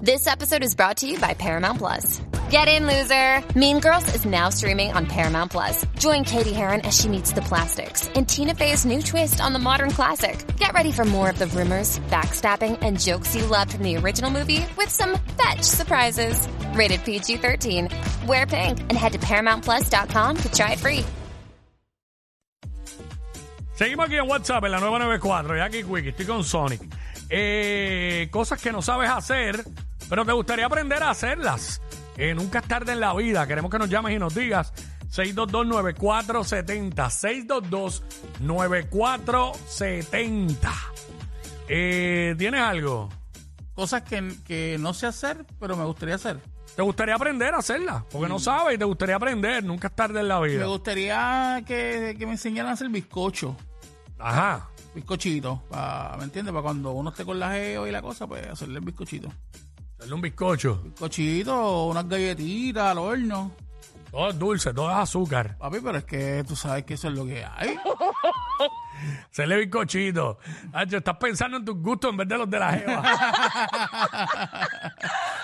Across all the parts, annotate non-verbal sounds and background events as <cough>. This episode is brought to you by Paramount Plus. Get in, loser! Mean Girls is now streaming on Paramount Plus. Join Katie Heron as she meets the plastics and Tina Fey's new twist on the modern classic. Get ready for more of the rumors, backstabbing, and jokes you loved from the original movie with some fetch surprises. Rated PG 13. Wear pink and head to ParamountPlus.com to try it free. Seguimos aquí en WhatsApp en la 994, Jackie Quick, estoy con Sonic. Eh, cosas que no sabes hacer, pero te gustaría aprender a hacerlas. Eh, nunca es tarde en la vida. Queremos que nos llames y nos digas 622-9470. 622-9470. Eh, ¿Tienes algo? cosas que, que no sé hacer, pero me gustaría hacer. ¿Te gustaría aprender a hacerlas? Porque no sabes y te gustaría aprender. Nunca es tarde en la Me vida. gustaría que, que me enseñaran a hacer bizcocho, Ajá. bizcochito, pa- ¿me entiendes? Para cuando uno esté con la geo y la cosa, pues hacerle el bizcochito. Hacerle un bizcocho. Bizcochito, unas galletitas al horno. Todo es dulce, todo es azúcar. Papi, pero es que tú sabes que eso es lo que hay. Se le bizcochito. Hacho, estás pensando en tus gustos en vez de los de la jeva.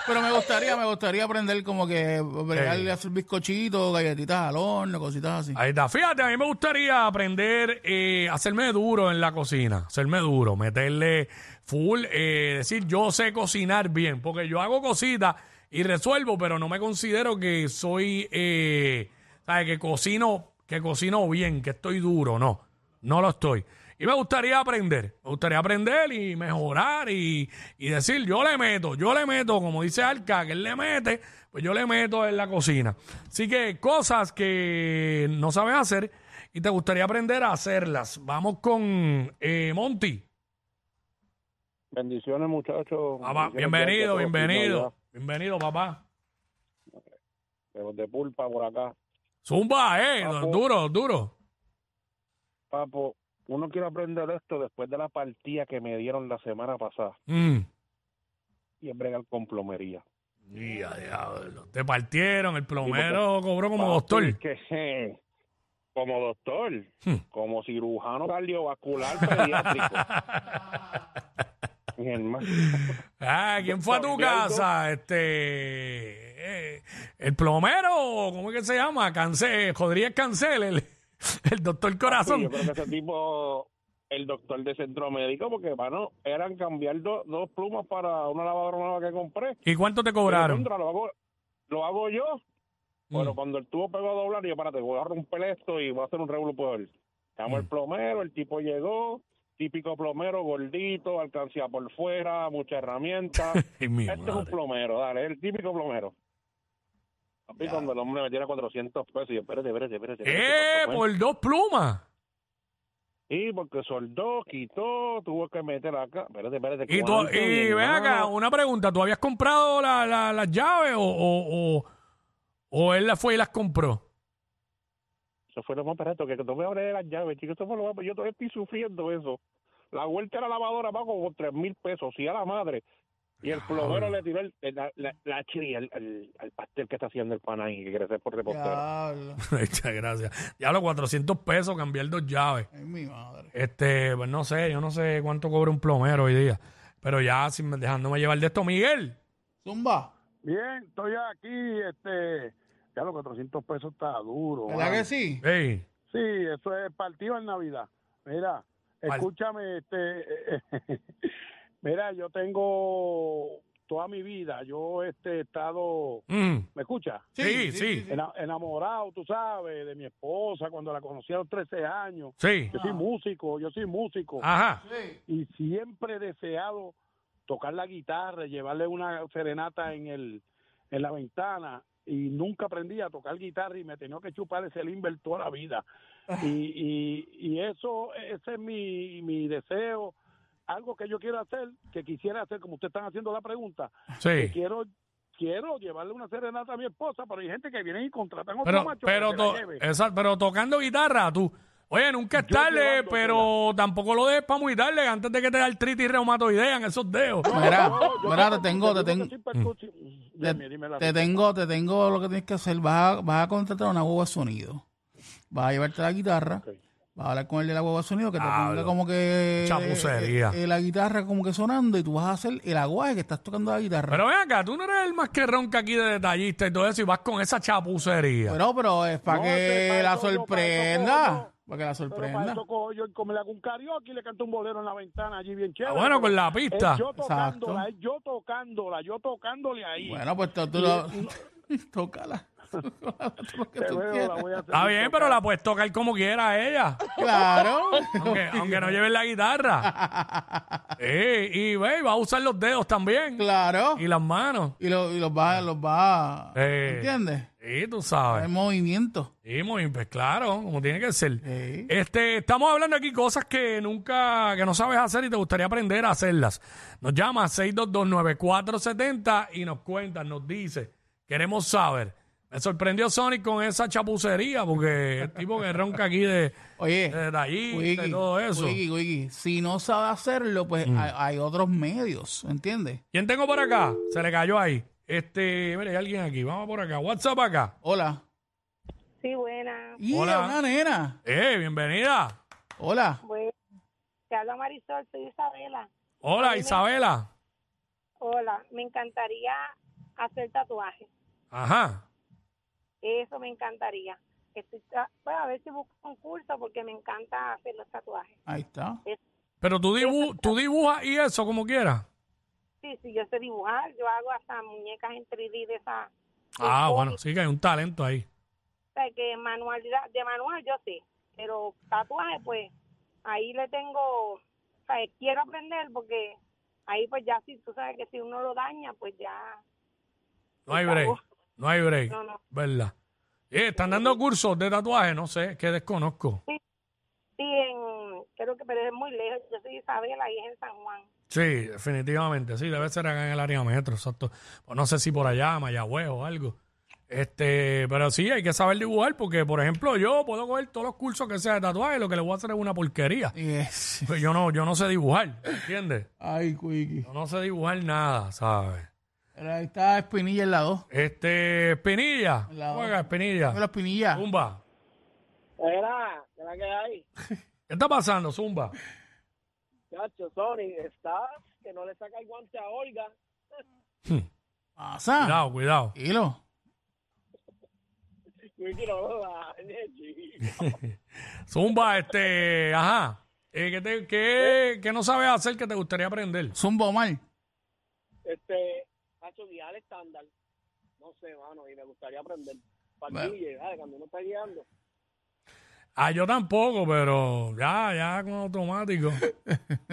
Pero me gustaría, me gustaría aprender como que bregarle a hacer bizcochito, galletitas al horno, cositas así. Ahí está. Fíjate, a mí me gustaría aprender eh, a hacerme duro en la cocina. Hacerme duro, meterle full, eh, decir yo sé cocinar bien, porque yo hago cositas y resuelvo, pero no me considero que soy, eh, ¿sabes? Que cocino, que cocino bien, que estoy duro, no. No lo estoy. Y me gustaría aprender, me gustaría aprender y mejorar y, y decir, yo le meto, yo le meto, como dice Arca, que él le mete, pues yo le meto en la cocina. Así que cosas que no sabes hacer y te gustaría aprender a hacerlas. Vamos con eh, Monty. Bendiciones, muchachos. Papá, Bendiciones, Ah, bienvenido, gracias a todos. bienvenido, bienvenido, papá. Navidad. De pulpa por acá. Zumba, eh, Papo. duro, duro. Papo, uno quiere aprender esto después de la partida que me dieron la semana pasada Mm. y es bregar con plomería. Ya, diablo. Te partieron, el plomero cobró como Papi, doctor. que, <laughs> je, como doctor, Hmm. como cirujano cardiovascular pediátrico. Mi hermano. <laughs> Ah, ¿quién fue a tu Cambiando. casa? Este. eh, el plomero, ¿cómo es que se llama? Cancel, Rodríguez Cancel, el, el doctor Sí, Corazón. yo creo que ese tipo, el doctor de centro médico, porque, mano, eran cambiar do- dos plumas para una lavadora nueva que compré. ¿Y cuánto te Pero, cobraron? contra, lo hago, lo hago yo. Bueno, Mm. cuando el tubo pegó a doblar, yo, párate, voy a romper esto y voy a hacer un revuelo por él. Llamó Mm. el plomero, el tipo llegó, típico plomero, gordito, alcancía por fuera, mucha <laughs> herramienta. Ay, mi este es un madre. plomero, dale, el típico plomero. Papi, cuando el hombre me tiene 400 pesos, yo, espérate, espérate, espérate. espérate, ¡Eh! ¿cuánto fue? Por dos plumas. Sí, porque soldó, quitó, tuvo que meter acá. Espérate, espérate. Y, tú, ¿cuánto, mi y ven acá, hermano? una pregunta: ¿tú habías comprado la- la- las llaves o, o, o- o él las fue y las compró? <laughs> Eso fue lo más barato, que no me abrí las llaves, chicos. Eso fue lo más Yo todavía estoy sufriendo eso. La vuelta a la lavadora va como tres mil pesos, sí a la madre. Y el plomero le tiró el- el- la, la, la chiri al, al- al pastel que está haciendo el pan ahí, que gracias por repostero. Diablo. Muchas gracias. Ya los 400 pesos cambiar dos llaves. Ay, mi madre. Este, pues no sé, yo no sé cuánto cobra un plomero hoy día. Pero ya, sin, dejándome llevar de esto, Miguel. Zumba, Bien, estoy aquí, este... Ya los 400 pesos está duro. ¿verdad que sí? Ey, Sí, eso es partido en Navidad. Mira, Par- escúchame, este, <laughs> mira, yo tengo toda mi vida, yo este, he estado, mm, ¿me escucha? Sí, sí. Ena- Enamorado, tú sabes, de mi esposa cuando la conocí a los 13 años. sí. Yo soy músico, yo soy músico Ajá. Sí. y siempre he deseado tocar la guitarra, llevarle una serenata en el en la ventana y nunca aprendí a tocar guitarra y me tenía que chupar ese limber toda la vida. Y, y, y eso, ese es mi, mi deseo. Algo que yo quiero hacer, que quisiera hacer, como ustedes están haciendo la pregunta, que Sí. quiero quiero llevarle una serenata a mi esposa, pero hay gente que viene y contratan a otro Pero, macho pero, que se la to- lleve. esa- pero tocando guitarra, tú. Oye, nunca es Yo tarde, llevando, pero tampoco lo dejes para muy tarde antes de que te da artritis y reumatoidea en esos dedos. Mira, No, yo mira, te soy- tengo, te digo que tengo. soy percusi- Dime, dime la Te tengo, te tengo lo que tienes que hacer. Vas a, vas a contratar una hueva de sonido. Vas a llevarte la guitarra. Ok. Vas a hablar con el de la guagua de sonido que te Hablo. ponga como que. Chapucería. eh, eh, la guitarra como que sonando y tú vas a hacer el aguaje que estás tocando la guitarra. Pero ven acá, tú no eres el más que ronca aquí de detallista y todo eso y vas con esa chapucería. Pero, pero es para No, que este, para la eso yo, para eso sorprenda. como. Para que la Pero para sorprenda. eso cojo yo y como le hago un karaoke y le canto un bolero en la ventana allí bien Ah, chévere. bueno, con la Es pista. yo tocándola, Exacto. es yo tocándola, yo tocándole ahí. Bueno, pues tú, tú lo... <laughs> Tócala. Tócala lo que Te tú veo, la quieras. voy a hacer Está bien, tocar. pero la puedes tocar como quiera a ella. <laughs> Claro. Aunque, aunque no lleves la guitarra. Sí, y ve, va a usar los dedos también. Claro. Y las manos. Y, lo- y los va, los va, Eh. ¿entiendes? Sí, tú Hay sabes. movimiento. Sí, muy bien, pues claro, como tiene que ser. Sí. Este, estamos hablando aquí cosas que nunca, que no sabes hacer y te gustaría aprender a hacerlas. Nos llama 6229470 y nos cuentas, nos dice, queremos saber. Me sorprendió Sonic con esa chapucería porque el tipo que ronca aquí de, de Oye, detallista y Wiki, todo eso. Mm. Wiki, Wiki, si no sabe hacerlo, pues hay, hay otros medios, ¿entiendes? ¿Quién tengo por acá? Se le cayó ahí. Este, mire, hay alguien aquí. Vamos por acá. WhatsApp acá. Hola. Sí, buena. Y Hola. una nena. Eh, bienvenida. Hola. Bueno, te habla Marisol, soy Isabela. Hola, Isabela. Hola, me encantaría hacer tatuajes. Ajá. Eso me encantaría. Estoy tra- voy a ver si busco un curso porque me encanta hacer los tatuajes. Ahí está. Pero tú, dibu tú dibujas y eso como quieras. Sí, sí, yo sé dibujar. Yo hago hasta muñecas en 3D de esa. Ah, bueno, sí que hay un talento ahí. que manualidad, de manual yo sé. Pero tatuajes, pues, ahí le tengo. o sea, quiero aprender porque ahí, pues, ya si tú sabes que si uno lo daña, pues ya. No hay break. No hay break. No, no. ¿Verdad? Eh, están dando cursos de tatuaje, no sé, que desconozco. Sí, en, creo que, pero es muy lejos. Yo soy de Isabela y es en San Juan. Sí, definitivamente, sí, debe ser acá en el área metro, exacto. O no sé si por allá, Mayagüez o algo. Este, pero sí, hay que saber dibujar porque, por ejemplo, yo puedo coger todos los cursos que sea de tatuaje, lo que le voy a hacer es una porquería. Yes. <laughs> Pero yo no, yo no sé dibujar, ¿entiendes? Ay, Wiki. Yo no sé dibujar nada, ¿sabes? Pero ahí está Espinilla en la 2. Este, Espinilla, La- juega Pero Espinilla, Espinilla. Zumba. Era, ¿qué la que hay? ¿Qué está pasando, Zumba? Chacho, Sony, está que no le saca el guante a Olga. Pasa. Cuidado, cuidado. Hilo. Wiki no lo dañe, chico. Zumba, este, ajá. Eh, ¿qué, te- qué- qué no sabes hacer que te gustaría aprender? Zumba mal. Este, Chacho, guiar estándar. No sé, mano, y me gustaría aprender. Para Bueno. ti, dale, cuando uno está guiando. Ah, yo tampoco, pero ya, ya con automático.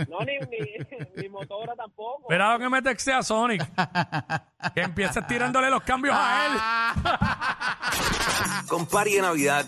No, ni, ni, <laughs> ni motora tampoco. Verá lo que me textea Sonic. Que empieces tirándole los cambios a él. Con Party de Navidad